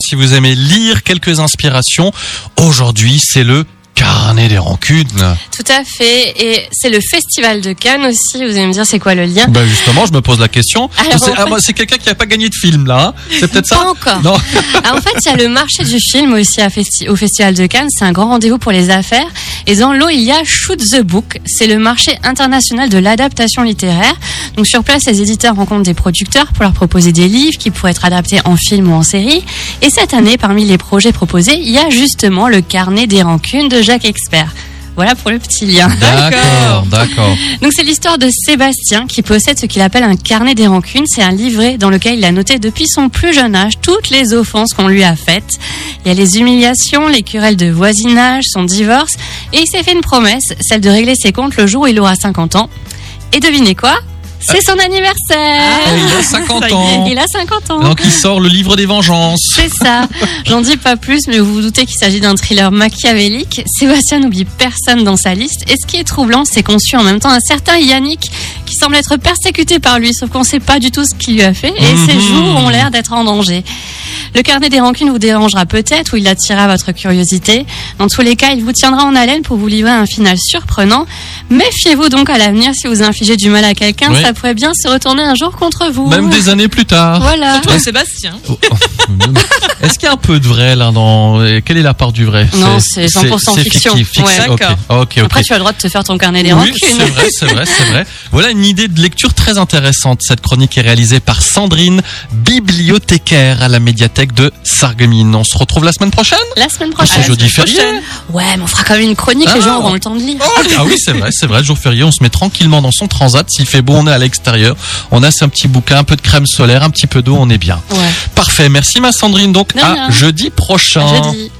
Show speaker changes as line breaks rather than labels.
si vous aimez lire quelques inspirations, aujourd'hui c'est le carnet des rancunes.
Tout à fait. Et c'est le festival de Cannes aussi. Vous allez me dire, c'est quoi le lien
Ben justement, je me pose la question.
Alors,
C'est
en
ah, moi, c'est quelqu'un qui n'a pas gagné de film là. hein c'est peut-être
Pas
ça.
encore.
Non.
Ah, en fait, il y a le marché du film aussi à festi- au Festival de Cannes. C'est un grand rendez-vous pour les affaires. Et dans l'eau, il y a Shoot the Book. C'est le marché international de l'adaptation littéraire. Donc sur place, les éditeurs rencontrent des producteurs pour leur proposer des livres qui pourraient être adaptés en film ou en série. Et cette année, parmi les projets proposés, il y a justement le carnet des rancunes de Jacques Expert. Voilà pour le petit lien.
D'accord, d'accord.
Donc c'est l'histoire de Sébastien qui possède ce qu'il appelle un carnet des rancunes. C'est un livret dans lequel il a noté depuis son plus jeune âge toutes les offenses qu'on lui a faites. Il y a les humiliations, les querelles de voisinage, son divorce. Et il s'est fait une promesse, celle de régler ses comptes le jour où il aura 50 ans. Et devinez quoi C'est son anniversaire
Ah, il a 50 ans.
Il a 50 ans
Donc il sort le livre des vengeances.
c'est ça. J'en dis pas plus, mais vous vous doutez qu'il s'agit d'un thriller machiavélique. Sébastien n'oublie personne dans sa liste. Et ce qui est troublant, c'est qu'on suit en même temps un certain Yannick qui semble être persécuté par lui, sauf qu'on sait pas du tout ce qu'il lui a fait. Et ses
Mhm.
jours ont l'air d'être en danger. Le carnet des rancunes vous dérangera peut-être ou il attirera votre curiosité. Dans tous les cas, il vous tiendra en haleine pour vous livrer un final surprenant. Méfiez-vous donc à l'avenir si vous infligez du mal à quelqu'un,
Oui.
ça pourrait bien se retourner un jour contre vous.
Même des années plus tard.
Voilà.
Toi, Sébastien.
Oh, oh. Est-ce qu'il y a un peu de vrai là dans et Quelle est la part du vrai
Non, c'est 100%
c'est
fiction.
fictif, fiction.
Ouais,
Ok,
d'accord.
ok, ok.
Après, tu as le droit de te faire ton carnet des
Oui,
rancunes.
c'est vrai, c'est vrai, c'est vrai. Voilà une idée de lecture très intéressante. Cette chronique est réalisée par Sandrine, bibliothécaire à la médiathèque de Sarreguemines. On se retrouve la semaine prochaine
La semaine
Ah, c'est
prochaine.
jeudi
semaine
férié.
prochaine.
Ouais, mais on fera quand même une chronique, les
Ah.
gens auront le temps de lire.
Ah oui, c'est vrai, c'est vrai. Le jour férié, on se met tranquillement dans son transat. S'il fait beau, on est à l'extérieur. On a un petit bouquin, un peu de crème solaire, un petit peu d'eau, on est bien.
Ouais.
Parfait. Merci ma Sandrine. Donc
De
à
rien.
jeudi prochain.
À jeudi.